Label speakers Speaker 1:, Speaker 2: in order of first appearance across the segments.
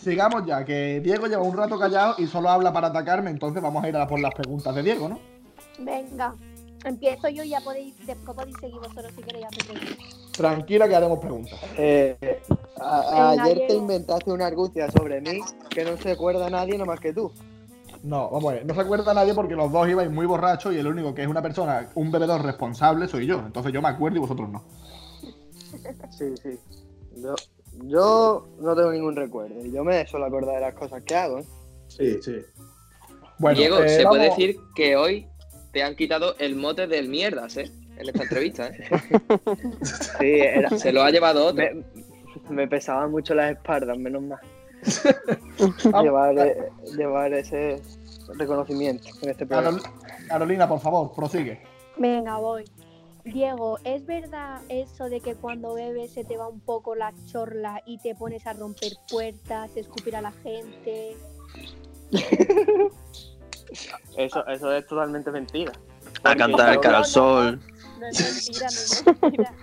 Speaker 1: sigamos ya, que Diego lleva un rato callado y solo habla para atacarme, entonces vamos a ir a por las preguntas de Diego, ¿no?
Speaker 2: Venga, empiezo yo y ya podéis, después podéis seguir vosotros si queréis hacer
Speaker 1: Tranquila que haremos preguntas.
Speaker 3: Eh, a-
Speaker 2: Venga,
Speaker 3: ayer te
Speaker 2: Diego.
Speaker 3: inventaste una argucia sobre mí que no se acuerda nadie nomás que tú.
Speaker 1: No, vamos a ver, no se acuerda nadie porque los dos ibais muy borrachos y el único que es una persona, un bebedor responsable soy yo. Entonces yo me acuerdo y vosotros no.
Speaker 3: Sí, sí. Yo, yo no tengo ningún recuerdo. Yo me suelo acordar de las cosas que hago. ¿eh?
Speaker 1: Sí, sí. Bueno,
Speaker 4: Diego,
Speaker 1: eh,
Speaker 4: se
Speaker 1: vamos-
Speaker 4: puede decir que hoy te han quitado el mote del mierdas, ¿eh? En esta entrevista, ¿eh?
Speaker 3: Sí, era,
Speaker 4: Se lo ha llevado otro.
Speaker 3: me, me pesaban mucho las espaldas, menos mal.
Speaker 1: Vamos.
Speaker 3: llevar, eh, llevar ese reconocimiento en este programa.
Speaker 1: Carol- Carolina, por favor, prosigue.
Speaker 2: Venga, voy. Diego, ¿es verdad eso de que cuando bebes se te va un poco la chorla y te pones a romper puertas, escupir a la gente?
Speaker 3: Eso, eso es totalmente mentira.
Speaker 5: A cantar
Speaker 3: Yo-
Speaker 5: cara al sol.
Speaker 2: No es mentira, no es mentira.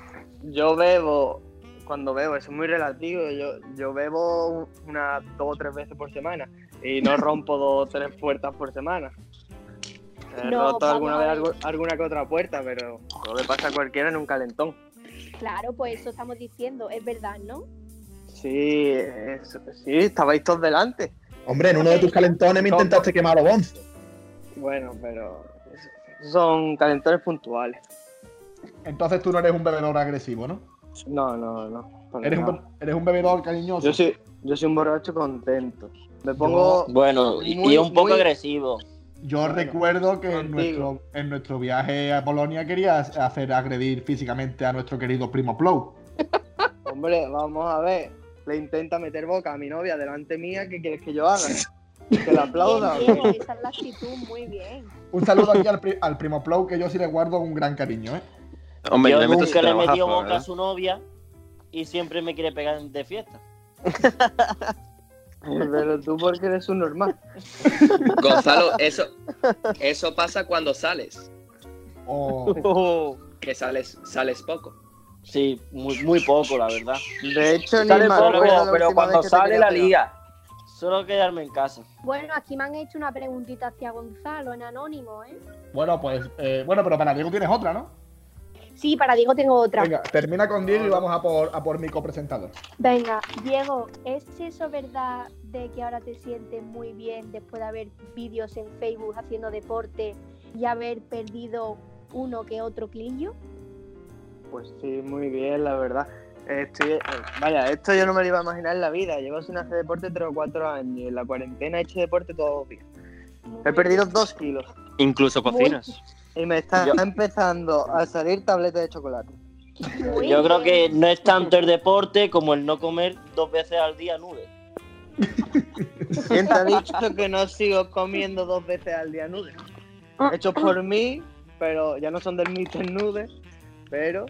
Speaker 3: Yo bebo, cuando bebo, eso es muy relativo, yo, yo bebo unas dos o tres veces por semana y no rompo dos o tres puertas por semana. He
Speaker 2: No,
Speaker 3: roto alguna
Speaker 2: vamos
Speaker 3: vez
Speaker 2: a ver.
Speaker 3: algu- alguna que otra puerta, pero no le pasa a cualquiera en un calentón.
Speaker 2: Claro, pues eso estamos diciendo, es verdad, ¿no?
Speaker 3: Sí, es- sí, estabais todos delante.
Speaker 6: Hombre, en uno de tus calentones me intentaste quemar a los once.
Speaker 3: Bueno, pero es- son calentones puntuales.
Speaker 1: Entonces tú no eres un bebedor agresivo, ¿no?
Speaker 3: No, no, no. para
Speaker 1: Eres un,
Speaker 3: nada.
Speaker 1: be- eres un bebedor cariñoso.
Speaker 3: yo, soy, yo soy un borracho contento. Me pongo...
Speaker 7: Bueno, y, y
Speaker 3: Muy,
Speaker 7: un poco
Speaker 3: muy-
Speaker 7: agresivo.
Speaker 1: Yo
Speaker 3: Bueno,
Speaker 1: recuerdo que en
Speaker 3: contigo.
Speaker 1: nuestro, en nuestro viaje a Polonia querías hacer agredir físicamente a nuestro querido primo Plow.
Speaker 3: Hombre, vamos a ver. Le intenta meter boca a mi novia delante mía. ¿Qué quieres que yo haga? Que la aplauda. o
Speaker 2: Bien, Diego,
Speaker 3: qué?
Speaker 2: esa es la actitud, muy bien.
Speaker 1: Un saludo aquí al, pri- al primo Plow, que yo sí le guardo un gran cariño, ¿eh?
Speaker 5: Hombre,
Speaker 7: Yo
Speaker 5: le meto
Speaker 7: nunca
Speaker 5: siete
Speaker 7: le he metido
Speaker 5: navajazos,
Speaker 7: boca a
Speaker 5: ¿verdad?
Speaker 7: su novia y siempre me quiere pegar de fiesta.
Speaker 3: Pero tú porque eres un normal.
Speaker 4: Gonzalo, eso, eso pasa cuando sales,
Speaker 1: O-
Speaker 4: que sales, sales poco.
Speaker 7: Sí, muy, muy poco, la verdad.
Speaker 3: De hecho, ni me
Speaker 7: Sale poco,
Speaker 3: acuerdo la última
Speaker 7: pero
Speaker 3: vez
Speaker 7: cuando
Speaker 3: que te
Speaker 7: sale
Speaker 3: quería
Speaker 7: la
Speaker 3: pegar.
Speaker 7: liga, solo quedarme en casa.
Speaker 2: Bueno, aquí me han hecho una preguntita hacia Gonzalo en anónimo, ¿eh?
Speaker 1: bueno, pues, eh, bueno, pero para Diego tienes otra, ¿no?
Speaker 2: Sí, para Diego tengo otra.
Speaker 1: Venga, termina con Diego y vamos a por, a por mi copresentador.
Speaker 2: Venga, Diego, ¿es eso verdad de que ahora te sientes muy bien después de haber vídeos en Facebook haciendo deporte y haber perdido uno que otro kilillo?
Speaker 3: Pues sí, muy bien, la verdad. Estoy, eh, vaya, esto yo no me lo iba a imaginar en la vida. Llevo sin hacer deporte 3 o 4 años y en la cuarentena he hecho deporte todos los días.
Speaker 2: Muy
Speaker 3: He perdido 2 kilos
Speaker 5: Incluso cocinas.
Speaker 3: y me está
Speaker 7: Yo-
Speaker 3: empezando a salir tableta de chocolate.
Speaker 2: muy
Speaker 7: Yo creo
Speaker 2: bien.
Speaker 7: que no es tanto el deporte como el no comer dos veces al día nube.
Speaker 3: ¿Quién te ha dicho que no sigo comiendo dos veces al día nudes? Hechos por mí, pero ya no son del Mr. Nudes, pero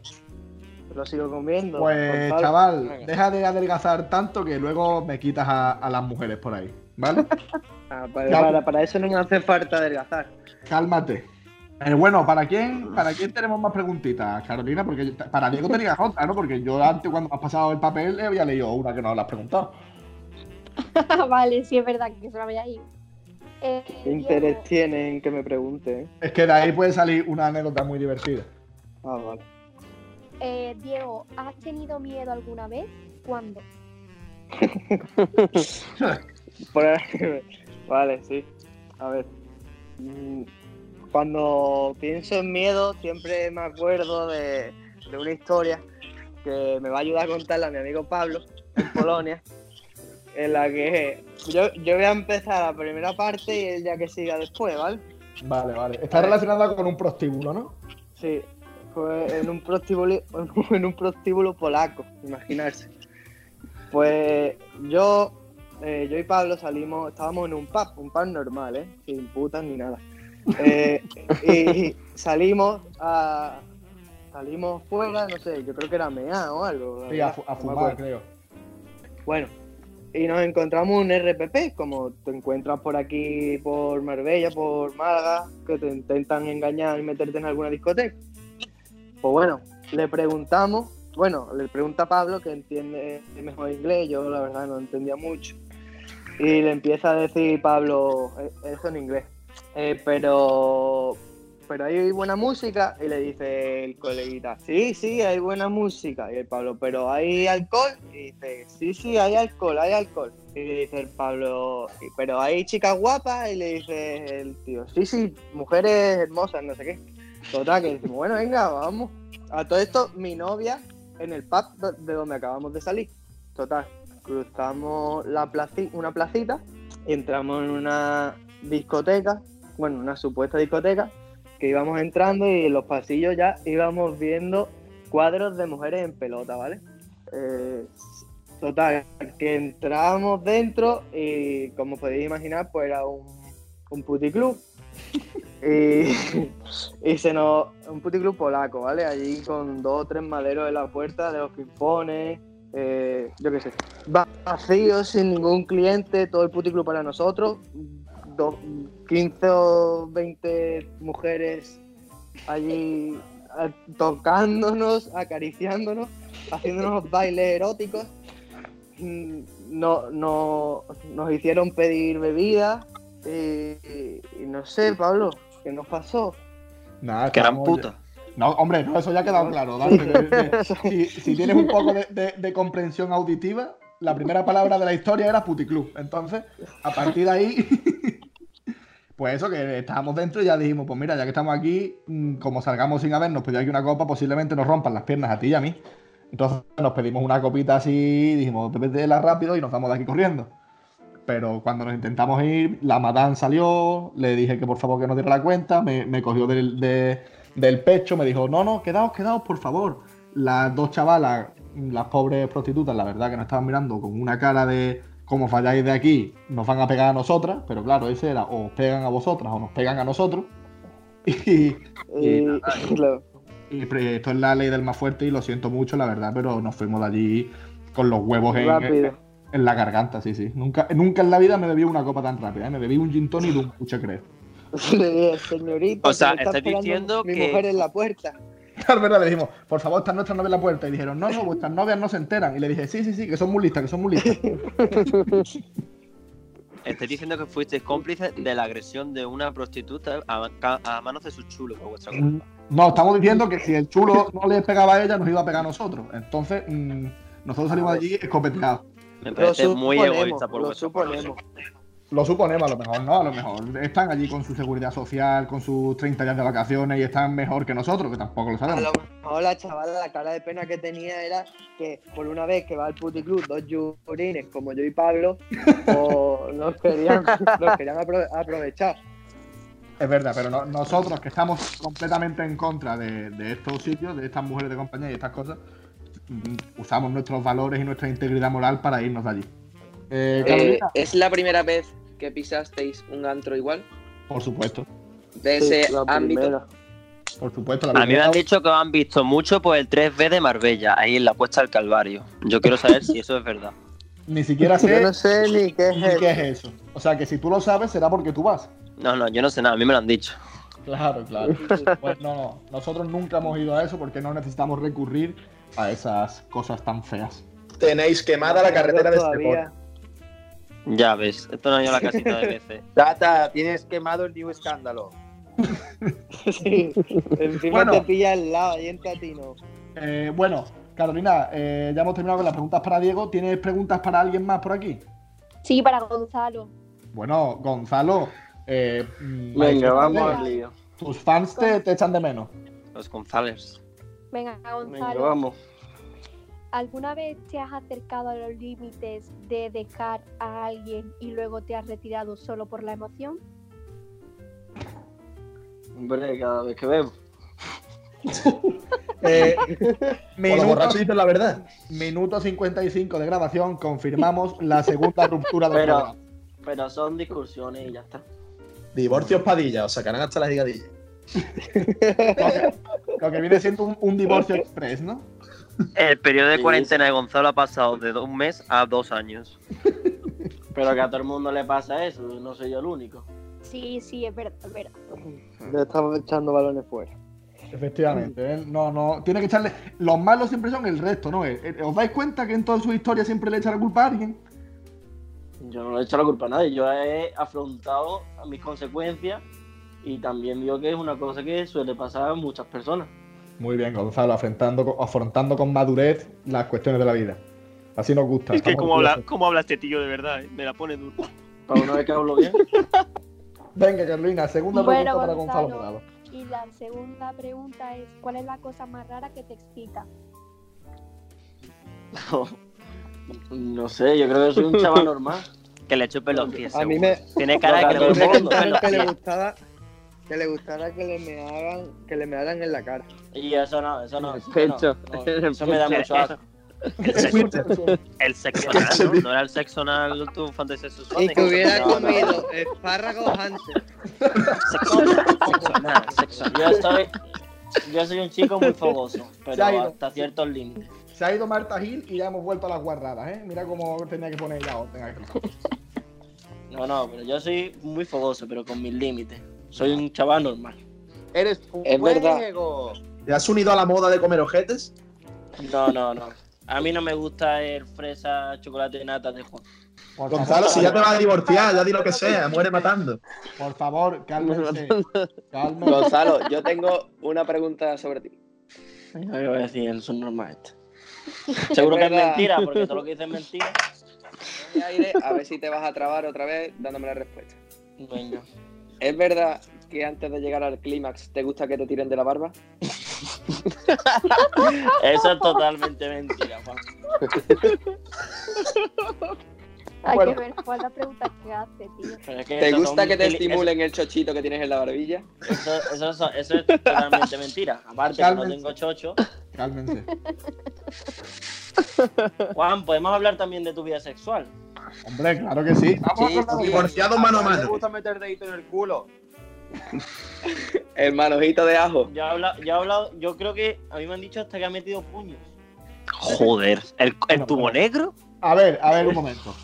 Speaker 3: lo sigo comiendo.
Speaker 1: Pues,
Speaker 3: Gonzalo.
Speaker 1: chaval,
Speaker 3: Venga.
Speaker 1: deja de adelgazar tanto que luego me quitas a, a las mujeres por ahí, ¿vale?
Speaker 3: Ah, para, para- para eso no me hace falta adelgazar.
Speaker 1: Cálmate. Eh, bueno, ¿para quién, ¿para quién tenemos más preguntitas, Carolina? Porque yo- para Diego tenías otra, ¿no? Porque yo antes, cuando me has pasado el papel, le había leído una que no la has preguntado.
Speaker 2: Ah, vale, sí es verdad que se me había ido. Eh,
Speaker 3: ¿Qué
Speaker 2: Diego,
Speaker 3: interés tienen que me eh? pregunten?
Speaker 1: Es que de ahí puede salir una anécdota muy divertida.
Speaker 3: Ah, vale.
Speaker 2: eh, Diego, ¿has tenido miedo alguna vez? ¿Cuándo?
Speaker 3: Por- vale, sí. A ver. Mm, Cuando pienso en miedo, siempre me acuerdo de, de una historia que me va a ayudar a contarla mi amigo Pablo en Polonia. en la que yo, yo voy a empezar la primera parte y él ya que siga después, ¿vale?
Speaker 1: Vale, vale. Está relacionada con un prostíbulo, ¿no?
Speaker 3: Sí. Fue en un prostíbulo, en un prostíbulo polaco, imaginarse. Pues yo, eh, yo y Pablo salimos, estábamos en un pub, un pub normal, ¿eh? sin putas ni nada. Eh, y salimos a, salimos fuera, no sé, yo creo que era mea o algo. la
Speaker 1: Sí, a,
Speaker 3: verdad,
Speaker 1: fu- a
Speaker 3: no me
Speaker 1: fumar,
Speaker 3: acuerdo.
Speaker 1: creo.
Speaker 3: Bueno, y nos encontramos un RPP, como te encuentras por aquí, por Marbella, por Málaga, que te intentan engañar y meterte en alguna discoteca. Pues bueno, le preguntamos, bueno, le pregunta a Pablo, que entiende mejor inglés, yo la verdad no entendía mucho. Y le empieza a decir Pablo, eh, eso en inglés, eh, pero, pero hay buena música. Y le dice el coleguita, sí, sí, hay buena música. Y el Pablo, pero hay alcohol. Y dice, sí, sí, hay alcohol, hay alcohol. Y le dice el Pablo, "Y- pero hay chicas guapas. Y le dice el tío, sí, sí, mujeres hermosas, no sé qué. Total, que decimos, bueno, venga, vamos. A todo esto, mi novia en el pub do- de donde acabamos de salir. Total, cruzamos la placi- una placita, entramos en una discoteca, bueno, una supuesta discoteca, que íbamos entrando y en los pasillos ya íbamos viendo cuadros de mujeres en pelota, ¿vale? Eh, total, que entramos dentro y como podéis imaginar, pues era un, un puticlub. y, y se nos. Un puticlub polaco, ¿vale? Allí con dos o tres maderos en la puerta de los pimpones, eh, yo qué sé. Va- Vacío, sin ningún cliente, todo el puticlub para nosotros. do- 15 o 20 mujeres allí a- tocándonos, acariciándonos, haciéndonos bailes eróticos. Mm, No, no, nos hicieron pedir bebida. eh, Y, y no sé, Pablo, ¿qué nos pasó?
Speaker 1: Nada,
Speaker 5: Que eran
Speaker 1: estamos-
Speaker 5: putas.
Speaker 1: No, hombre, no, eso ya ha quedado claro, Dante, que- que si, si tienes un poco de, de- de comprensión auditiva, la primera palabra de la historia era puticlub. Entonces, a partir de ahí, pues eso, que estábamos dentro y ya dijimos, pues mira, ya que estamos aquí, mm, como salgamos sin habernos pedido aquí una copa, posiblemente nos rompan las piernas a ti y a mí. Entonces nos pedimos una copita así, dijimos, bebetela rápido y nos vamos de aquí corriendo. Pero cuando nos intentamos ir, la madame salió, le dije que por favor que no diera la cuenta, me, me cogió del, de- del pecho, me dijo, no, no, quedaos, quedaos, por favor. Las dos chavalas, las pobres prostitutas, la verdad que nos estaban mirando con una cara de, como falláis de aquí, nos van a pegar a nosotras, pero claro, ese era, o os pegan a vosotras o nos pegan a nosotros. Y, Y
Speaker 3: Y, lo-
Speaker 1: y pre- esto es la ley del más fuerte y lo siento mucho, la verdad, pero nos fuimos de allí con los huevos en,
Speaker 3: rápido.
Speaker 1: en la garganta, sí, sí. Nunca, nunca en la vida me bebí una copa tan rápida. ¿eh? Me bebí un gin tonic de un puche creer.
Speaker 3: Le dije, señorita,
Speaker 5: O
Speaker 3: que
Speaker 5: sea,
Speaker 3: me está
Speaker 5: estás
Speaker 3: esperando
Speaker 5: diciendo
Speaker 3: mi
Speaker 5: que-
Speaker 3: mujer en la puerta.
Speaker 1: Es verdad, le dijimos, por favor, están nuestras novias en la puerta. Y dijeron, no, no, vuestras novias no se enteran. Y le dije, sí, sí, sí, que son muy listas, que son muy listas.
Speaker 5: Estáis diciendo que fuisteis cómplices de la agresión de una prostituta a, ca- a manos de su chulo por
Speaker 7: Mm.
Speaker 5: vuestra culpa.
Speaker 1: No, estamos diciendo que si el chulo no le pegaba a ella, nos iba a pegar a nosotros. Entonces, mm, nosotros salimos de allí escopeteados.
Speaker 5: Me
Speaker 3: Lo
Speaker 5: parece muy
Speaker 3: suponemos,
Speaker 5: egoísta por
Speaker 3: lo
Speaker 5: vuestra
Speaker 3: suponemos.
Speaker 5: parte.
Speaker 1: Lo suponemos, a lo mejor, ¿no? A lo mejor están allí con su seguridad social, con sus 30 días de vacaciones y están mejor que nosotros, que tampoco lo
Speaker 3: A
Speaker 1: sabemos.
Speaker 3: lo mejor la chavala, la cara de pena que tenía era que por una vez que va al puticlub dos yurines como yo y Pablo, o nos querían, nos querían apro- aprovechar.
Speaker 1: Es verdad, pero no- nosotros que estamos completamente en contra de, de estos sitios, de estas mujeres de compañía y estas cosas, mm, usamos nuestros valores y nuestra integridad moral para irnos de allí. Eh,
Speaker 4: Eh,
Speaker 1: Carolina,
Speaker 4: ¿Es la primera vez que pisasteis un antro igual?
Speaker 1: por supuesto,
Speaker 4: De
Speaker 3: Sí,
Speaker 4: ese
Speaker 3: la
Speaker 4: ámbito.
Speaker 3: primera.
Speaker 1: por supuesto. La
Speaker 5: A mí me
Speaker 1: primera-
Speaker 5: han dicho que han visto mucho por el 3B de Marbella, ahí en la puesta del Calvario. Yo quiero saber si eso es verdad.
Speaker 1: Ni siquiera
Speaker 3: Yo
Speaker 1: sé
Speaker 3: no sé ni qué es
Speaker 1: ni
Speaker 3: eso.
Speaker 1: qué es eso. O sea, que si tú lo sabes, será porque tú vas.
Speaker 5: No, no, yo no sé nada, a mí me lo han dicho.
Speaker 1: Claro, claro. Pues no, no, nosotros nunca hemos ido a eso porque no necesitamos recurrir a esas cosas tan feas.
Speaker 6: Tenéis quemada la carretera de Estepona.
Speaker 3: Todavía.
Speaker 5: Ya ves, esto no ha ido a la casita de veces.
Speaker 8: Tata, tienes quemado el New Escándalo.
Speaker 3: Sí. Encima
Speaker 1: Bueno.
Speaker 3: te pilla al lado, ahí en Tatino.
Speaker 1: Eh, bueno, Carolina, eh, ya hemos terminado con las preguntas para Diego. ¿Tienes preguntas para alguien más por aquí?
Speaker 2: Sí, para Gonzalo.
Speaker 1: Bueno, Gonzalo. eh, mm,
Speaker 3: Venga, vamos
Speaker 1: Gonzalo,
Speaker 3: al lío.
Speaker 1: Tus fans te, te echan de menos.
Speaker 5: Los González.
Speaker 2: Venga,
Speaker 3: Venga,
Speaker 2: Gonzalo.
Speaker 3: vamos.
Speaker 2: ¿Alguna vez te has acercado a los límites de dejar a alguien y luego te has retirado solo por la emoción?
Speaker 3: Hombre, cada vez que vemos.
Speaker 6: Eh, o los
Speaker 1: Minuto,
Speaker 6: borrachos dicen la verdad.
Speaker 1: minuto 55 de grabación. Confirmamos la segunda ruptura del
Speaker 7: Pero-
Speaker 1: programa.
Speaker 7: Pero son discusiones y ya está.
Speaker 6: Divorcios padillas, os sacarán hasta las gigadillas.
Speaker 1: Lo que viene siendo un, un divorcio express, ¿no?
Speaker 5: El periodo de
Speaker 7: Sí.
Speaker 5: cuarentena de Gonzalo ha pasado de un mes a dos años.
Speaker 7: Pero que a todo el mundo le pasa eso, no soy yo el único.
Speaker 2: Sí, sí, es verdad, es verdad.
Speaker 3: Le estamos echando balones fuera.
Speaker 1: Efectivamente, ¿eh? no, no, tiene que echarle. Los malos siempre son el resto, ¿no? Eh, eh, ¿Os dais cuenta que en toda su historia siempre le echa la culpa a alguien?
Speaker 7: yo no le he hecho la culpa a nadie, yo he afrontado a mis consecuencias y también digo que es una cosa que suele pasar a muchas personas.
Speaker 1: Muy bien, Gonzalo, afrontando, con- afrontando con madurez las cuestiones de la vida. Así nos gusta.
Speaker 9: Es que
Speaker 1: estamos
Speaker 9: como habla,
Speaker 1: orgullosos.
Speaker 9: como habla este tío de verdad, eh, me la pone duro.
Speaker 7: Para una vez que hablo bien.
Speaker 1: Venga, Carolina, segunda
Speaker 2: Bueno,
Speaker 1: pregunta para Gonzalo
Speaker 2: Gonzalo.
Speaker 1: Morado.
Speaker 2: Y la segunda pregunta es, ¿cuál es la cosa más rara que te excita?
Speaker 7: No sé, yo creo que soy un chaval normal.
Speaker 5: Que le chupen los pies.
Speaker 3: A mí
Speaker 5: seguro.
Speaker 3: me,
Speaker 5: Tiene cara de que le
Speaker 7: Todo el
Speaker 5: chupen
Speaker 3: Exactamente,
Speaker 5: los
Speaker 3: que le
Speaker 5: pies.
Speaker 3: gustara que le gustara que le me hagan que le me hagan en la cara.
Speaker 7: Y eso no, eso no. Eso, no,
Speaker 8: Pecho.
Speaker 7: no, eso me da mucho asco.
Speaker 5: El sexo, el sexo anal, ¿no? ¿No era el sexo anal tu fantasía sexual?
Speaker 3: Y que hubiera
Speaker 7: No, no.
Speaker 3: comido espárragos antes.
Speaker 5: Sexo anal, sexo anal, sexo anal.
Speaker 7: Yo estoy. Yo soy un chico muy fogoso, pero
Speaker 1: Ya, ya.
Speaker 7: hasta ciertos límites.
Speaker 1: Se ha ido Marta Gil y ya hemos vuelto a las guardadas, ¿eh? Mira cómo tenía que poner ya orden aquí.
Speaker 7: No, no, pero yo soy muy fogoso, pero con mis límites. Soy un chaval normal.
Speaker 8: Eres un
Speaker 3: Es verdad.
Speaker 8: juego.
Speaker 6: ¿Te has unido a la moda de comer ojetes?
Speaker 7: No, no, no. A mí no me gusta el fresa, chocolate y nata de Juan.
Speaker 1: Por
Speaker 6: Gonzalo,
Speaker 1: favor,
Speaker 6: si ya te vas a divorciar, ya di lo que sea, muere matando.
Speaker 1: Por favor, cálmense. Cálmense.
Speaker 4: Gonzalo, yo tengo una pregunta sobre ti.
Speaker 7: No iba a decir el subnormal este. Seguro que es
Speaker 4: verdad.
Speaker 7: mentira, porque todo lo que dice es mentira.
Speaker 4: Voy a ir a ver si te vas a trabar otra vez dándome la respuesta.
Speaker 7: Venga.
Speaker 4: ¿Es verdad que antes de llegar al clímax te gusta que te tiren de la barba?
Speaker 7: Eso es totalmente mentira, Juan.
Speaker 2: Hay
Speaker 1: Bueno.
Speaker 2: que ver cuál es la pregunta que hace, tío.
Speaker 7: Pero es que
Speaker 4: ¿Te
Speaker 7: eso son
Speaker 4: gusta que te
Speaker 7: mil-
Speaker 4: estimulen el chochito que tienes en la barbilla?
Speaker 7: Eso, eso, eso- eso es totalmente mentira. Aparte, que no
Speaker 1: Cálmense.
Speaker 7: tengo chocho.
Speaker 1: Cálmense.
Speaker 7: Juan, podemos hablar también de tu vida sexual.
Speaker 1: Hombre, claro que sí. Vamos
Speaker 4: Sí,
Speaker 1: a hablar de-
Speaker 4: sí.
Speaker 6: Divorciado mano a
Speaker 8: Juan le
Speaker 6: mano.
Speaker 8: gusta meter dedito en el culo.
Speaker 4: El manojito de ajo.
Speaker 7: Yo he hablado, yo he hablado, yo creo que a mí me han dicho hasta que ha metido puños.
Speaker 5: Joder, ¿el, el tubo negro?
Speaker 1: A ver, a ver, un momento.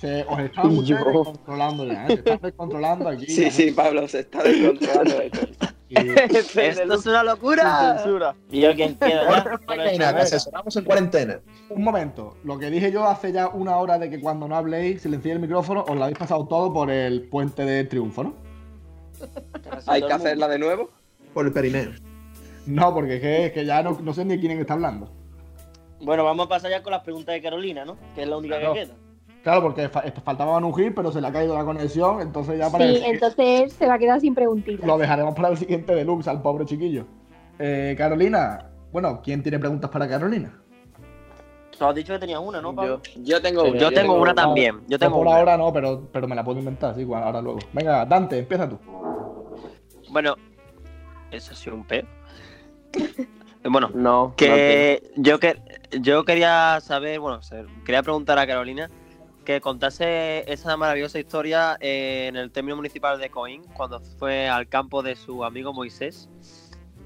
Speaker 1: Se os están ustedes descontrolando ya, ¿eh? Se están descontrolando aquí.
Speaker 4: Sí,
Speaker 1: ya,
Speaker 4: sí, Pablo, se está descontrolando esto.
Speaker 1: y- y-
Speaker 5: ¡Esto es una locura!
Speaker 8: Censura.
Speaker 7: Y yo quien queda ya. Con el
Speaker 6: Reina, que
Speaker 7: chaval.
Speaker 6: asesoramos en cuarentena.
Speaker 1: Un momento. Lo que dije yo hace ya una hora de que cuando no habléis, silencié el micrófono, os lo habéis pasado todo por el puente de triunfo, ¿no?
Speaker 7: Casi
Speaker 4: ¿Hay
Speaker 7: todo
Speaker 4: que
Speaker 7: el mundo.
Speaker 4: hacerla de nuevo?
Speaker 6: Por el perineo.
Speaker 1: No, porque es que, es que ya no, no sé ni quién está hablando.
Speaker 7: Bueno, vamos a pasar ya con las preguntas de Carolina, ¿no? Que es la única
Speaker 1: Claro.
Speaker 7: que queda.
Speaker 1: Claro, porque fa- eh, faltaba un Gil, pero se le ha caído la conexión, entonces ya para el
Speaker 2: Sí, entonces se va a quedar sin preguntitas.
Speaker 1: Lo dejaremos para el siguiente deluxe al pobre chiquillo. Eh, Carolina, bueno, ¿quién tiene preguntas para Carolina?
Speaker 7: Tú has dicho que tenías una, ¿no, Pablo?
Speaker 4: Yo tengo una.
Speaker 5: Yo tengo una
Speaker 1: una.
Speaker 5: también, yo tengo
Speaker 1: por
Speaker 5: una.
Speaker 1: ahora no, pero, pero me la puedo inventar, sí, igual, ahora luego. Venga, Dante, empieza tú.
Speaker 5: Bueno, eso ha sido un peo. Bueno,
Speaker 8: No.
Speaker 5: que yo que yo quería saber, bueno, o sea, quería preguntar a Carolina que contase esa maravillosa historia eh, en el término municipal de Coín cuando fue al campo de su amigo Moisés.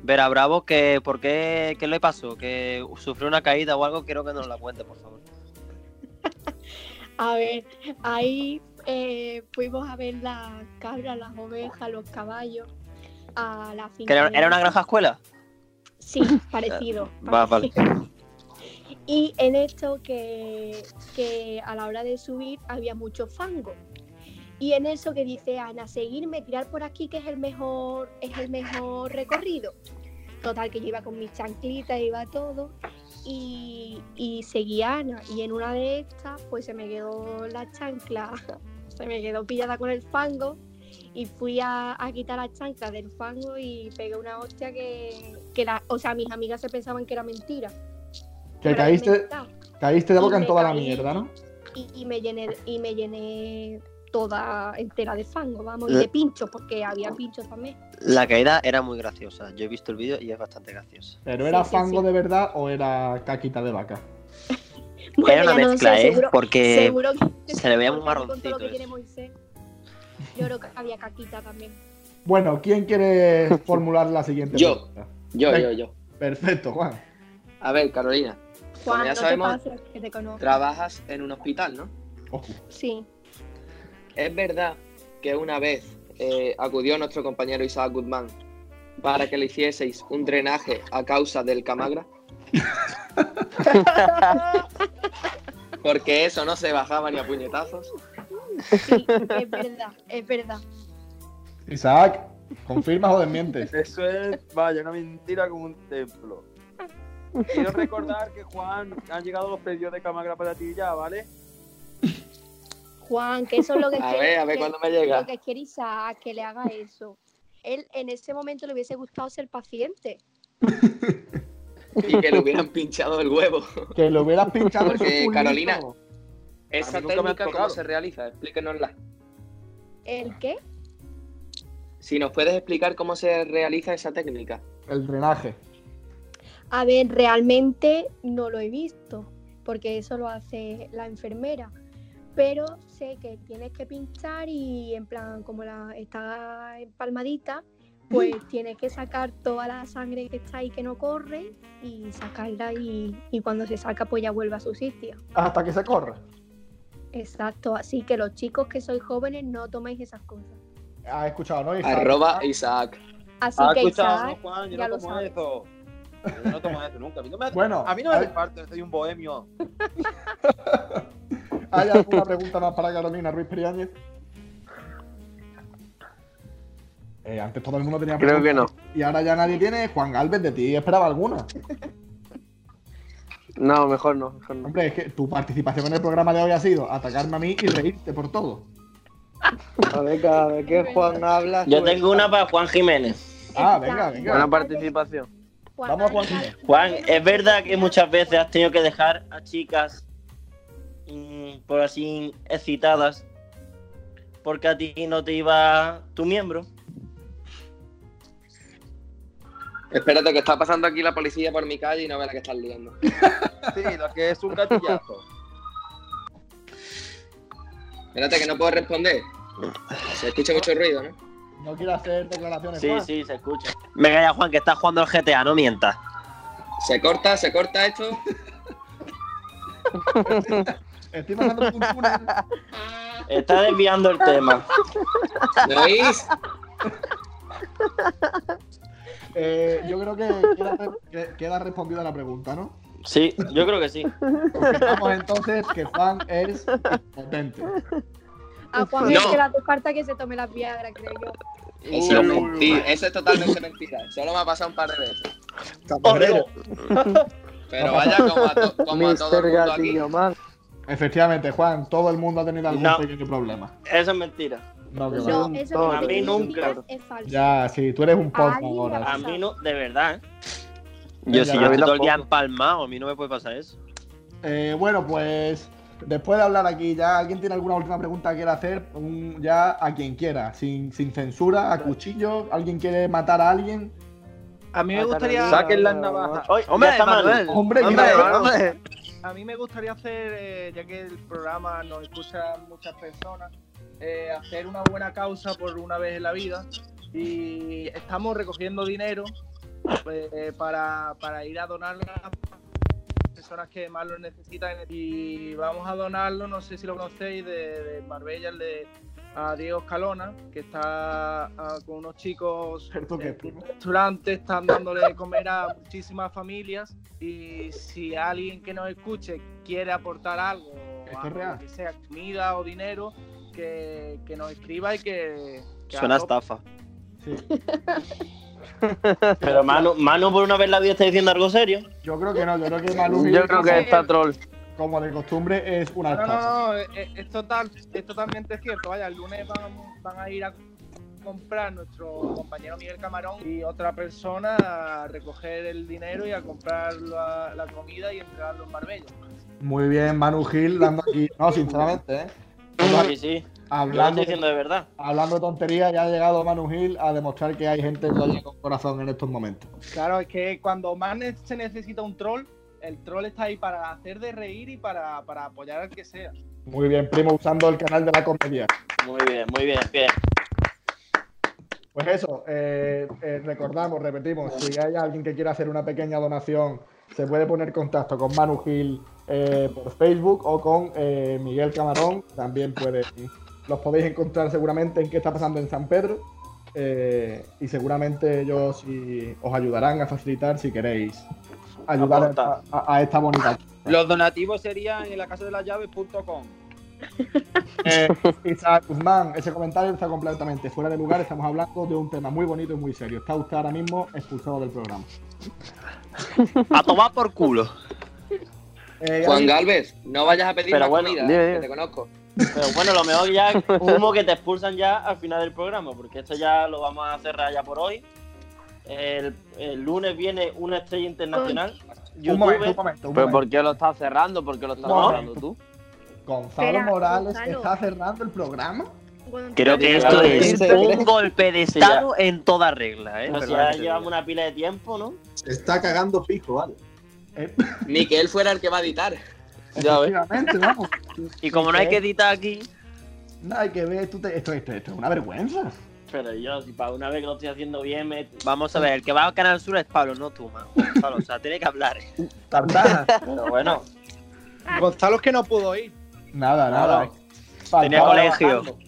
Speaker 5: Vera Bravo, que por qué, qué le pasó, que sufrió una caída o algo, quiero que nos la cuente, por favor.
Speaker 2: A ver, ahí eh, fuimos a ver las cabras, las ovejas, los caballos, a la
Speaker 5: Que
Speaker 2: finca.
Speaker 5: era,
Speaker 2: de-
Speaker 5: era una granja escuela.
Speaker 2: Sí, parecido.
Speaker 5: Va, vale.
Speaker 2: parecido. Y en esto que, que a la hora de subir había mucho fango. Y en eso que dice Ana, seguirme, tirar por aquí que es el mejor, es el mejor recorrido. Total, que yo iba con mis chanclitas, iba todo. Y, y seguí a Ana. Y en una de estas, pues se me quedó la chancla, se me quedó pillada con el fango. Y fui a, a quitar las chanclas del fango y pegué una hostia que, que la, o sea, mis amigas se pensaban que era mentira.
Speaker 1: Que
Speaker 2: Pero me
Speaker 1: caíste,
Speaker 2: inventaron.
Speaker 1: caíste de boca en
Speaker 2: Me
Speaker 1: toda la
Speaker 2: caí.
Speaker 1: mierda, ¿no?
Speaker 2: Y, y me llené, y me llené toda entera de fango, vamos, y de pinchos, porque había pinchos también.
Speaker 5: La caída Eh. era muy graciosa. Yo he visto el vídeo y es bastante graciosa.
Speaker 1: ¿Pero
Speaker 2: Sí,
Speaker 1: era
Speaker 2: sí,
Speaker 1: fango
Speaker 2: sí.
Speaker 1: de verdad o era caquita de vaca?
Speaker 5: era una
Speaker 2: ya no
Speaker 5: mezcla,
Speaker 2: sé,
Speaker 5: ¿eh?
Speaker 2: seguro-
Speaker 5: Porque
Speaker 2: seguro que-
Speaker 5: se le veía muy
Speaker 2: porque con todo lo
Speaker 5: marroncito.
Speaker 2: que tiene
Speaker 5: eso.
Speaker 2: Moisés. Yo creo que había caquita también.
Speaker 1: Bueno, ¿quién quiere formular la siguiente
Speaker 4: Yo.
Speaker 1: pregunta?
Speaker 4: Yo, yo, yo.
Speaker 1: Perfecto, Juan.
Speaker 4: A ver, Carolina,
Speaker 2: Juan,
Speaker 4: ya
Speaker 2: no te
Speaker 4: sabemos-
Speaker 2: pases, que te conozco.
Speaker 4: trabajas en un hospital, ¿no?
Speaker 1: Ojo.
Speaker 2: Sí,
Speaker 4: Es verdad que una vez eh, acudió nuestro compañero Isaac Guzmán para que le hicieseis un drenaje a causa del camagra. Porque eso no se bajaba ni a puñetazos.
Speaker 2: Sí, es verdad, es verdad.
Speaker 1: Isaac, ¿confirmas o desmientes?
Speaker 8: Eso es, vaya, una mentira como un templo. Quiero recordar que Juan, han llegado los pedidos de Camagra para ti ya, ¿vale?
Speaker 2: Juan, que eso es lo que
Speaker 4: A
Speaker 2: quiere-
Speaker 4: ver, a ver
Speaker 2: que-
Speaker 4: cuándo me llega.
Speaker 2: Lo que quiere Isaac, que le haga eso. Él en ese momento le hubiese gustado ser paciente.
Speaker 4: Y que le hubieran pinchado el huevo.
Speaker 1: Que lo hubieras pinchado en su
Speaker 4: Porque,
Speaker 1: culito.
Speaker 4: Eh, Carolina, Esa
Speaker 8: A mí nunca me han
Speaker 4: técnica, ¿cómo
Speaker 8: tocado.
Speaker 4: se realiza? Explíquenosla.
Speaker 2: ¿El qué?
Speaker 4: Si nos puedes explicar cómo se realiza esa técnica.
Speaker 1: El drenaje.
Speaker 2: A ver, realmente no lo he visto, porque eso lo hace la enfermera. Pero sé que tienes que pinchar y en plan, como la está empalmadita, pues tienes que sacar toda la sangre que está ahí que no corre y sacarla y, y cuando se saca pues ya vuelve a su sitio.
Speaker 1: Hasta que se corre.
Speaker 2: Exacto, así que los chicos que sois jóvenes no toméis esas cosas.
Speaker 1: Has escuchado, ¿no? Isaac?
Speaker 4: Arroba Isaac.
Speaker 2: Así
Speaker 1: Ah,
Speaker 8: ¿Has
Speaker 2: que
Speaker 8: escuchado, no,
Speaker 2: Isaac,
Speaker 8: Juan? Yo
Speaker 2: ya
Speaker 8: no
Speaker 2: lo
Speaker 8: tomo
Speaker 2: sabes.
Speaker 8: eso. Yo no tomo eso nunca. A mí no me,
Speaker 1: Bueno,
Speaker 8: a mí no me hace falta, soy un bohemio.
Speaker 1: ¿Hay alguna pregunta más para Carolina Ruiz Priáñez? Eh, antes todo el mundo tenía
Speaker 5: Creo que no.
Speaker 1: Y ahora ya nadie tiene. Juan Galvez, de ti esperaba alguna.
Speaker 5: No, mejor no, mejor no.
Speaker 1: Hombre, es que tu participación en el programa de hoy ha sido atacarme a mí y reírte por todo.
Speaker 4: A ver, a ver qué
Speaker 2: Juan
Speaker 4: habla.
Speaker 7: Yo
Speaker 3: pues,
Speaker 7: tengo una para Juan Jiménez.
Speaker 1: Ah,
Speaker 2: Exacto.
Speaker 1: venga, venga.
Speaker 5: Buena participación.
Speaker 1: Vamos a Juan.
Speaker 7: Juan, es verdad que muchas veces has tenido que dejar a chicas, mm, por así, excitadas, porque a ti no te iba tu miembro.
Speaker 4: Espérate, que está pasando aquí la policía por mi calle y no ve la que estás liando.
Speaker 8: Sí, lo que es un gatillazo.
Speaker 4: Espérate, que no puedo responder. Se escucha mucho ruido, ¿no?
Speaker 1: No quiero hacer declaraciones.
Speaker 7: Sí,
Speaker 1: Juan.
Speaker 7: sí, se escucha.
Speaker 5: Venga ya, Juan, que estás jugando al GTA, no mientas.
Speaker 4: Se corta, se corta esto.
Speaker 1: Estoy pasando por un túnel.
Speaker 7: Está desviando el tema.
Speaker 4: ¿Me oís?
Speaker 1: Eh, yo creo que queda, que- queda respondida la pregunta, ¿no?
Speaker 7: Sí, yo creo que sí.
Speaker 1: Vamos entonces que Juan es potente.
Speaker 2: A Juan
Speaker 4: No.
Speaker 2: es que la descarta que se tome las Viagra, creo yo.
Speaker 4: Eso es mentira. Eso es totalmente mentira. Solo me ha pasado un par de veces.
Speaker 6: Camarero.
Speaker 4: Pero vaya como a, to- como a todo el mundo aquí.
Speaker 5: man.
Speaker 1: Efectivamente, Juan, todo el mundo ha tenido algún
Speaker 7: No.
Speaker 1: pequeño problema.
Speaker 7: Eso es mentira.
Speaker 1: No, que va.
Speaker 2: No, eso
Speaker 7: A
Speaker 2: que
Speaker 7: mí
Speaker 2: dices
Speaker 7: nunca.
Speaker 2: Es falso.
Speaker 1: Ya, sí, tú eres un porno
Speaker 2: Ay,
Speaker 1: ahora.
Speaker 7: A mí no, de verdad. ¿eh?
Speaker 5: Yo sí,
Speaker 1: Ya,
Speaker 5: yo
Speaker 1: ya,
Speaker 5: estoy todo el día empalmado, a mí no me puede pasar eso.
Speaker 1: Eh, bueno, pues después de hablar aquí, ya alguien tiene alguna última pregunta que quiera hacer, Un- ya a quien quiera, sin, sin censura, a cuchillo, alguien quiere matar a alguien.
Speaker 10: A mí me gustaría.
Speaker 8: Saquen las navajas.
Speaker 7: Oye,
Speaker 10: Hombre,
Speaker 7: ya está mal.
Speaker 10: Manuel.
Speaker 1: Hombre,
Speaker 10: Hombre,
Speaker 1: mira,
Speaker 10: hombre. A mí me gustaría hacer, eh, ya que el programa nos escuchan muchas personas, eh, hacer una buena causa por una vez en la vida. Y estamos recogiendo dinero pues, eh, para, para ir a donarlo a las personas que más lo necesitan. Y vamos a donarlo, no sé si lo conocéis, de, de Marbella, el de a Diego Escalona, que está ah, con unos chicos eh,
Speaker 1: Cierto que-
Speaker 10: en un restaurante, están dándole de comer a muchísimas familias y si alguien que nos escuche quiere aportar algo,
Speaker 1: Esto
Speaker 10: a-
Speaker 1: es real.
Speaker 10: lo que sea comida o dinero, que, que nos escriba y que... que
Speaker 5: Suena
Speaker 10: adopte.
Speaker 5: estafa.
Speaker 1: sí.
Speaker 7: Pero Manu, Manu por una vez la vida está diciendo algo serio.
Speaker 1: Yo creo que no, yo creo que Malú,
Speaker 5: Yo creo que está troll.
Speaker 1: como de costumbre, es una
Speaker 10: No, no,
Speaker 1: estafa.
Speaker 10: no, es, es total, es totalmente cierto. Vaya, el lunes van, van a ir a comprar nuestro compañero Miguel Camarón y otra persona a recoger el dinero y a comprar la, la comida y entregarlo en Marbella.
Speaker 1: Muy bien, Manu Gil, dando aquí. No, sinceramente, ¿eh?
Speaker 7: Sí, sí. Yo lo
Speaker 1: Hablando,
Speaker 7: estoy diciendo de verdad.
Speaker 1: hablando de tonterías, ya ha llegado Manu Gil a demostrar que hay gente todavía con corazón en estos momentos.
Speaker 10: Claro, es que cuando más ne- se necesita un troll, el troll está ahí para hacer de reír y para, para apoyar al que sea.
Speaker 1: Muy bien, primo, usando el canal de la comedia.
Speaker 7: Muy bien, muy bien, bien.
Speaker 1: Pues eso, eh, eh, recordamos, repetimos, si hay alguien que quiera hacer una pequeña donación, se puede poner en contacto con Manu Gil eh, por Facebook o con eh, Miguel Camarón. También pueden, los podéis encontrar seguramente en qué está pasando en San Pedro. eh, y seguramente ellos sí os ayudarán a facilitar si queréis ayudar a,
Speaker 7: Aportar.
Speaker 1: a- a esta bonita.
Speaker 8: Los donativos serían en la casa de las llaves.com.
Speaker 1: Eh, Isaac Guzmán, ese comentario está completamente fuera de lugar. Estamos hablando de un tema muy bonito y muy serio. Está usted ahora mismo expulsado del programa.
Speaker 5: A tomar por culo.
Speaker 1: Eh,
Speaker 4: Juan Galvez, no vayas a pedir
Speaker 7: Pero
Speaker 4: más
Speaker 7: bueno,
Speaker 4: comida,
Speaker 7: dime,
Speaker 4: que
Speaker 7: dime.
Speaker 4: te conozco.
Speaker 7: Pero bueno, lo mejor ya humo que te expulsan ya al final del programa, porque esto ya lo vamos a cerrar ya por hoy. El, el lunes viene una estrella internacional.
Speaker 1: Un momento, un
Speaker 7: YouTube.
Speaker 1: momento. un
Speaker 11: Pero
Speaker 1: momento.
Speaker 11: ¿por qué lo estás cerrando? ¿Por qué lo estás
Speaker 1: No.
Speaker 11: cerrando tú?
Speaker 1: Gonzalo
Speaker 2: Espera,
Speaker 1: Morales
Speaker 2: Gonzalo.
Speaker 1: está cerrando el programa.
Speaker 2: Gonzalo,
Speaker 5: Creo que esto es un golpe de estado en toda regla, ¿eh?
Speaker 7: Pero si ya llevamos una pila de tiempo, ¿no?
Speaker 6: Se está cagando fijo, vale.
Speaker 4: Ni que él fuera el que va a editar.
Speaker 11: Ya ves.
Speaker 1: Efectivamente, vamos.
Speaker 5: Y como no hay que editar aquí,
Speaker 1: Nada, hay que ver. tú te- esto, esto, esto es una vergüenza.
Speaker 7: Pero yo, si para una vez que lo estoy haciendo bien, me...
Speaker 5: vamos a ver, el que va al Canal Sur es Pablo, no tú, man. Pablo, o sea, tiene que hablar.
Speaker 6: Tartaja.
Speaker 7: Pero bueno,
Speaker 10: Gonzalo es que no pudo ir.
Speaker 1: Nada, nada.
Speaker 5: Tenía
Speaker 1: Faltaba-
Speaker 5: colegio.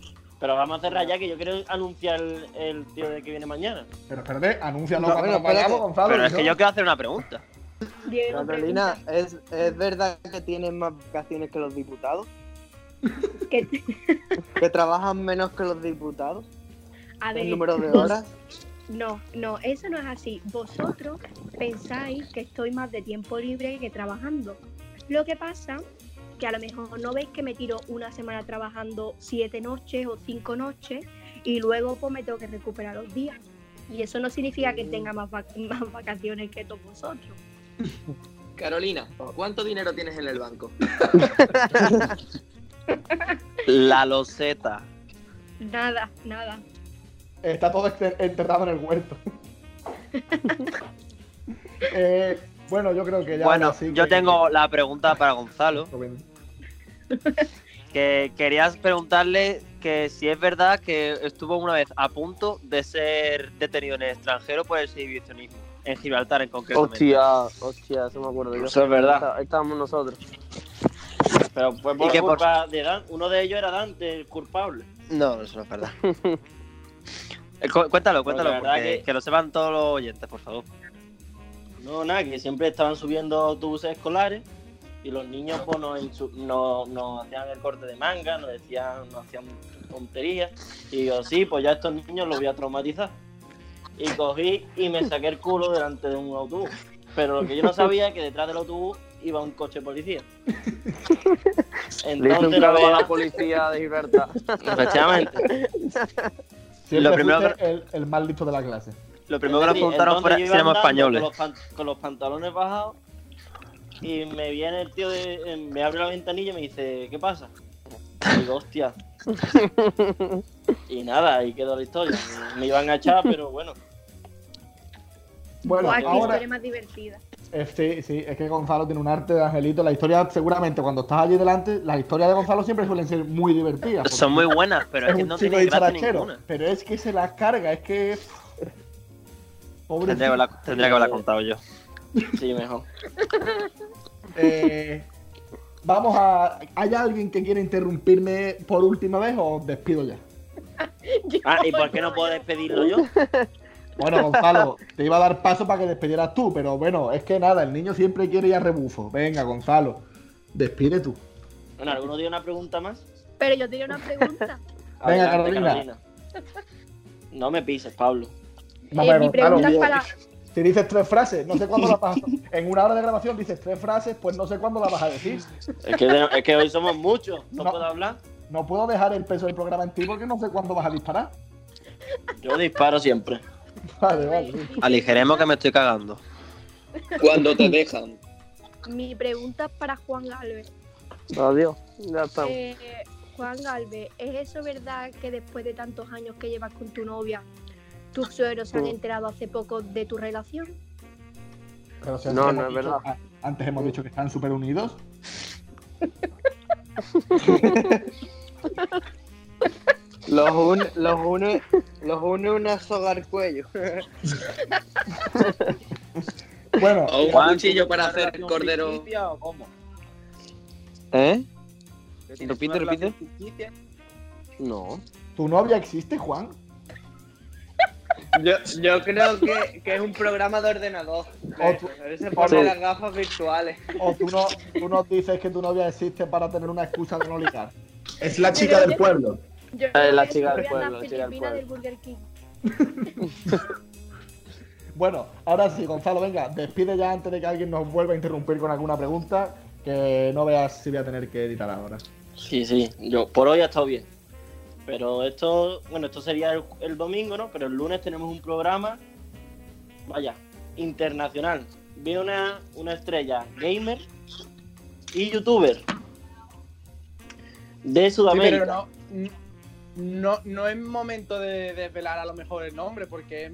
Speaker 7: pero vamos a cerrar ya que yo quiero anunciar el, el tío de que viene mañana.
Speaker 1: Pero espérate, anúncialo
Speaker 3: No,
Speaker 1: cuando
Speaker 3: pero
Speaker 1: nos vayamos,
Speaker 3: espérate.
Speaker 1: Gonzalo.
Speaker 5: Pero es
Speaker 1: si
Speaker 5: que
Speaker 1: no-
Speaker 5: yo quiero hacer una pregunta.
Speaker 2: Diego,
Speaker 3: Carolina, ¿es, ¿es verdad que tienes más vacaciones que los diputados?
Speaker 2: Que-
Speaker 3: ¿Que trabajan menos que los diputados?
Speaker 2: a ver,
Speaker 3: ¿El número de
Speaker 2: vos-
Speaker 3: horas?
Speaker 2: No, no, eso no es así. Vosotros pensáis que estoy más de tiempo libre que trabajando. Lo que pasa que a lo mejor no veis que me tiro una semana trabajando siete noches o cinco noches y luego pues me tengo que recuperar los días. Y eso no significa que tenga más, vac- más vacaciones que todos vosotros.
Speaker 4: Carolina, ¿cuánto dinero tienes en el banco?
Speaker 5: La loseta.
Speaker 2: Nada, nada.
Speaker 1: Está todo enter- enterrado en el huerto. Eh, bueno, yo creo que ya. pues.
Speaker 5: Bueno,
Speaker 1: ahora sí
Speaker 5: yo
Speaker 1: que-
Speaker 5: tengo la pregunta para Gonzalo. que querías preguntarle que si es verdad que estuvo una vez a punto de ser detenido en el extranjero por el exhibicionismo, en Gibraltar en concreto.
Speaker 11: Hostia, hostia, eso me acuerdo yo.
Speaker 7: Eso es verdad.
Speaker 11: Está- Ahí estábamos nosotros.
Speaker 7: Pero fue
Speaker 5: Y
Speaker 7: por
Speaker 5: que por-
Speaker 7: culpa de Dan. Uno de ellos era Dante, el culpable.
Speaker 5: No, eso no es verdad. Eh, cu- cuéntalo,
Speaker 7: Pues la
Speaker 5: cuéntalo,
Speaker 7: verdad
Speaker 5: porque-
Speaker 7: que-
Speaker 5: que... lo sepan todos los oyentes, por favor.
Speaker 7: No, nada, que siempre estaban subiendo autobuses escolares y los niños pues, nos, insu- nos- nos hacían el corte de manga, nos decían, nos hacían tonterías. Y yo, sí, pues ya estos niños los voy a traumatizar. Y cogí y me saqué el culo delante de un autobús. Pero lo que yo no sabía es que detrás del autobús iba un coche policía.
Speaker 11: Le hice un
Speaker 7: Entonces, la
Speaker 11: clavo a
Speaker 7: verdad-
Speaker 11: la policía de Gibraltar.
Speaker 5: Efectivamente.
Speaker 1: Siempre
Speaker 5: lo primero
Speaker 1: fuiste el, el más listo de la clase.
Speaker 5: Lo primero que nos
Speaker 7: Sí,
Speaker 5: preguntaron
Speaker 7: entonces
Speaker 5: fue
Speaker 7: yo
Speaker 5: si
Speaker 7: iba
Speaker 5: éramos
Speaker 7: andando
Speaker 5: españoles.
Speaker 7: Con los, pan- con los pantalones bajados y me viene el tío, de, eh, me abre la ventanilla y me dice, ¿qué pasa? Y digo, hostia. y nada, ahí quedó la historia. Me iban a echar, pero bueno.
Speaker 1: Bueno,
Speaker 2: o aquí
Speaker 1: ahora.
Speaker 2: historia más divertida.
Speaker 1: eh, sí, sí, es que Gonzalo tiene un arte de angelito. La historia, seguramente, cuando estás allí delante, las historias de Gonzalo siempre suelen ser muy divertidas. porque
Speaker 5: Son muy buenas, pero es,
Speaker 1: es
Speaker 5: que
Speaker 1: un
Speaker 5: no
Speaker 1: chico
Speaker 5: tienen gracia
Speaker 1: dicharachero.
Speaker 5: ninguna.
Speaker 1: Pero es que se las carga, es que. Pobre.
Speaker 5: Tendría que haberla- tendría que haberla contado yo.
Speaker 7: Sí, mejor.
Speaker 1: Eh, vamos a. ¿Hay alguien que quiere interrumpirme por última vez o os despido ya?
Speaker 7: Ah, ¿y por qué no puedo despedirlo yo?
Speaker 1: Bueno, Gonzalo, te iba a dar paso para que despidieras tú, pero bueno, es que nada, el niño siempre quiere ir a rebufo. Venga, Gonzalo, despide tú.
Speaker 7: Bueno, ¿alguno dio una pregunta más?
Speaker 2: Pero yo tenía una pregunta.
Speaker 1: Venga,
Speaker 7: Adelante,
Speaker 1: Carolina.
Speaker 7: No me pises, Pablo.
Speaker 1: No,
Speaker 2: Eh,
Speaker 1: pero,
Speaker 2: mi
Speaker 1: Gonzalo,
Speaker 2: pregunta es para,
Speaker 1: Si dices tres frases, no sé cuándo las vas a... En una hora de grabación dices tres frases, pues no sé cuándo las vas a decir.
Speaker 7: Es que, es que hoy somos muchos, no,
Speaker 1: No.
Speaker 7: puedo hablar.
Speaker 1: No puedo dejar el peso del programa en ti porque no sé cuándo vas a disparar.
Speaker 7: Yo disparo siempre.
Speaker 1: Vale, vale.
Speaker 2: eh,
Speaker 1: sí.
Speaker 5: Aligeremos que me estoy cagando.
Speaker 4: Cuando te dejan.
Speaker 2: mi pregunta es para Juan Galvez.
Speaker 11: Adiós. Ya estamos.
Speaker 2: Eh, Juan Galvez, ¿es eso verdad que después de tantos años que llevas con tu novia, tus suegros se han
Speaker 11: Mm.
Speaker 2: enterado hace poco de tu relación?
Speaker 1: Pero si antes
Speaker 11: No, no
Speaker 1: hemos
Speaker 11: es
Speaker 1: dicho-
Speaker 11: verdad.
Speaker 1: a- Antes hemos dicho que están súper unidos.
Speaker 3: Los une, los une, los une una soga al cuello.
Speaker 1: Bueno,
Speaker 4: O un
Speaker 5: Juan,
Speaker 4: cuchillo para
Speaker 10: ¿Una
Speaker 4: hacer
Speaker 10: relación
Speaker 4: cordero.
Speaker 10: ficticia o cómo?
Speaker 11: ¿Eh?
Speaker 10: ¿Que tienes
Speaker 11: Repite,
Speaker 10: una
Speaker 11: repite.
Speaker 10: relación ficticia?
Speaker 11: No.
Speaker 1: ¿tu novia existe, Juan?
Speaker 3: Yo, yo creo que, que es un programa de ordenador. Él se pone
Speaker 11: Sí.
Speaker 3: las gafas virtuales.
Speaker 1: ¿O tú, no, tú nos dices que tu novia existe para tener una excusa de no ligar?
Speaker 6: Es la chica del pueblo.
Speaker 2: Yo
Speaker 11: Ah, es la
Speaker 2: creo que
Speaker 11: chica del pueblo,
Speaker 2: sería una
Speaker 11: la chica del
Speaker 2: filipina
Speaker 11: pueblo.
Speaker 2: del Burger King.
Speaker 1: Bueno, ahora sí, Gonzalo, venga, despide ya antes de que alguien nos vuelva a interrumpir con alguna pregunta, que no veas si voy a tener que editar ahora.
Speaker 7: Sí, sí, yo por hoy ha estado bien. Pero esto, bueno, esto sería el, el domingo, ¿no? Pero el lunes tenemos un programa, vaya, internacional. Vi una, una estrella gamer y youtuber de
Speaker 10: Sí,
Speaker 7: Sudamérica.
Speaker 10: pero no, no, no es momento de desvelar a lo mejor el nombre, porque es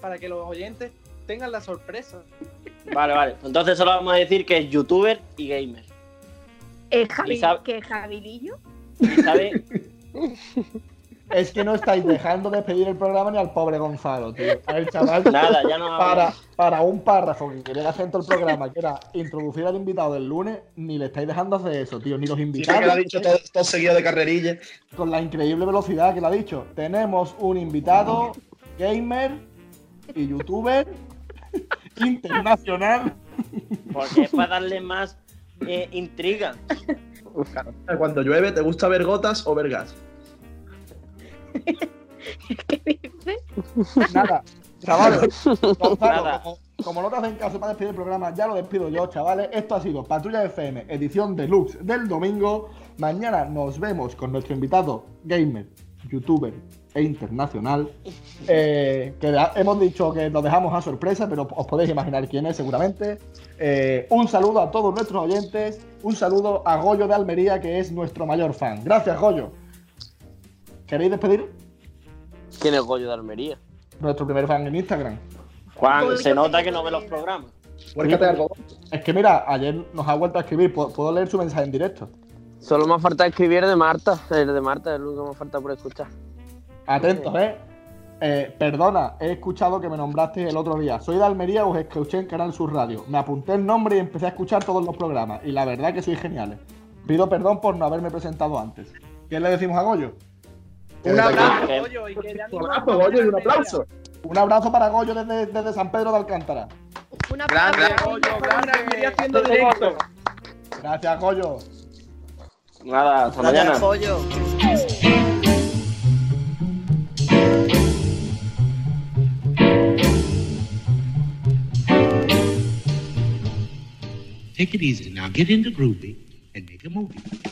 Speaker 10: para que los oyentes tengan la sorpresa.
Speaker 7: Vale, vale. Entonces solo vamos a decir que es youtuber y gamer.
Speaker 2: ¿Es Javi,
Speaker 7: ¿Y sabe-
Speaker 2: que es Javilillo?
Speaker 7: ¿Sabe?
Speaker 1: Es que no estáis dejando de despedir el programa ni al pobre Gonzalo, tío. El chaval,
Speaker 7: Nada, ya no hablo.
Speaker 1: para, para un párrafo que quería hacer en todo el programa, que era introducir al invitado del lunes, ni le estáis dejando hacer eso, tío, ni los
Speaker 6: Mira que lo ha
Speaker 1: invitados.
Speaker 6: dicho todo, todo seguido de carrerilla.
Speaker 1: con la increíble velocidad que lo ha dicho. Tenemos un invitado gamer y youtuber internacional.
Speaker 7: Porque es para darle más eh, intriga.
Speaker 6: Cuando llueve, ¿te gusta ver gotas o ver gas?
Speaker 1: Nada, chavales. Gonzalo,
Speaker 7: Nada.
Speaker 1: como, como no te hacen caso para despedir el programa, ya lo despido yo, chavales. Esto ha sido Patrulla FM, edición deluxe del domingo. Mañana nos vemos con nuestro invitado gamer, youtuber e internacional. Eh, que ha- hemos dicho que nos dejamos a sorpresa, pero os podéis imaginar quién es seguramente. Eh, un saludo a todos nuestros oyentes. Un saludo a Goyo de Almería, que es nuestro mayor fan. Gracias, Goyo. ¿Queréis despedir?
Speaker 11: ¿Quién es Goyo de Almería?
Speaker 1: Nuestro primer fan en Instagram.
Speaker 7: Juan, se nota que no ve los programas.
Speaker 6: Huércate algo.
Speaker 1: Es que mira, ayer nos ha vuelto a escribir. ¿Puedo, puedo leer su mensaje en directo?
Speaker 11: Solo me falta escribir de Marta. El de Marta es lo único que me falta por escuchar.
Speaker 1: Atentos, ¿eh? Eh, Perdona, he escuchado que me nombraste el otro día. Soy de Almería, os escuché en Canal Sur Radio. Me apunté el nombre y empecé a escuchar todos los programas. Y la verdad que sois geniales. Pido perdón por no haberme presentado antes. ¿Qué le decimos a Goyo?
Speaker 6: Un
Speaker 10: abrazo,
Speaker 7: Que-
Speaker 10: Goyo, y que le
Speaker 6: Un
Speaker 10: animo a
Speaker 6: abrazo, Goyo, y un aplauso.
Speaker 1: Un abrazo para Goyo desde, desde San Pedro de Alcántara.
Speaker 2: Una
Speaker 10: Grande,
Speaker 2: palabra.
Speaker 10: Goyo, grande, Almería haciendo directo.
Speaker 1: Gracias, Goyo.
Speaker 7: Nada, hasta mañana.
Speaker 12: Take it easy now. Get into groovy and make a movie.